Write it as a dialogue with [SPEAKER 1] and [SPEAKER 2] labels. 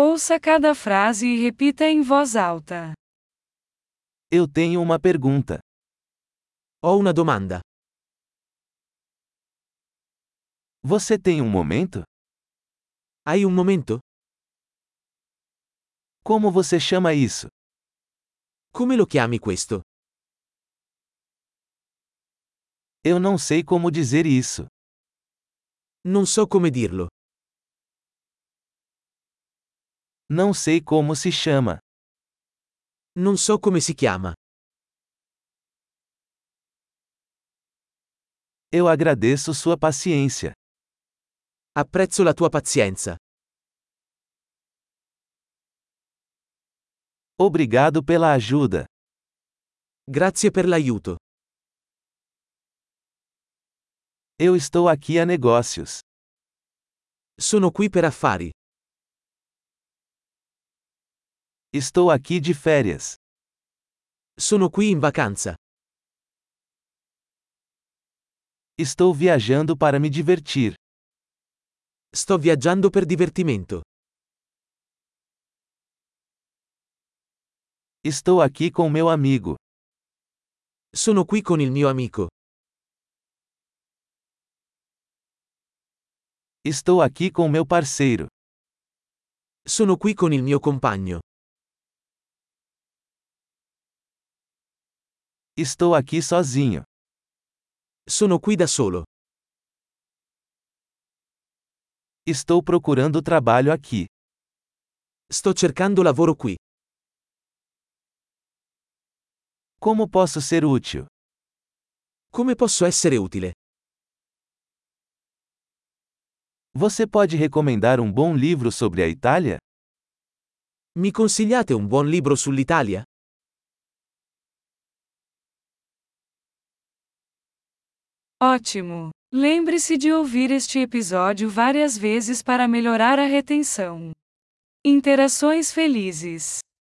[SPEAKER 1] Ouça cada frase e repita em voz alta.
[SPEAKER 2] Eu tenho uma pergunta.
[SPEAKER 3] Ho una domanda.
[SPEAKER 2] Você tem um momento?
[SPEAKER 3] Hai un momento?
[SPEAKER 2] Como você chama isso?
[SPEAKER 3] Come lo chiami questo?
[SPEAKER 2] Eu não sei como dizer isso.
[SPEAKER 3] Non so come dirlo.
[SPEAKER 2] Não sei como se chama.
[SPEAKER 3] Non so come si chiama.
[SPEAKER 2] Eu agradeço sua paciência.
[SPEAKER 3] Apprezzo la tua pazienza.
[SPEAKER 2] Obrigado pela ajuda.
[SPEAKER 3] Grazie per l'aiuto.
[SPEAKER 2] Eu estou aqui a negócios.
[SPEAKER 3] Sono qui per affari.
[SPEAKER 2] Estou aqui de férias.
[SPEAKER 3] Sono qui in vacanza.
[SPEAKER 2] Estou viajando para me divertir.
[SPEAKER 3] Sto viaggiando per divertimento.
[SPEAKER 2] Estou aqui com meu amigo.
[SPEAKER 3] Sono qui con il mio amico.
[SPEAKER 2] Estou aqui com meu parceiro.
[SPEAKER 3] Sono qui con il mio compagno.
[SPEAKER 2] Estou aqui sozinho.
[SPEAKER 3] Sono qui da solo.
[SPEAKER 2] Estou procurando trabalho aqui.
[SPEAKER 3] Sto cercando lavoro qui.
[SPEAKER 2] Como posso ser útil?
[SPEAKER 3] Come posso essere utile?
[SPEAKER 2] Você pode recomendar um bom livro sobre a Itália?
[SPEAKER 3] Mi consigliate un buon libro sull'Italia?
[SPEAKER 1] Ótimo! Lembre-se de ouvir este episódio várias vezes para melhorar a retenção. Interações felizes.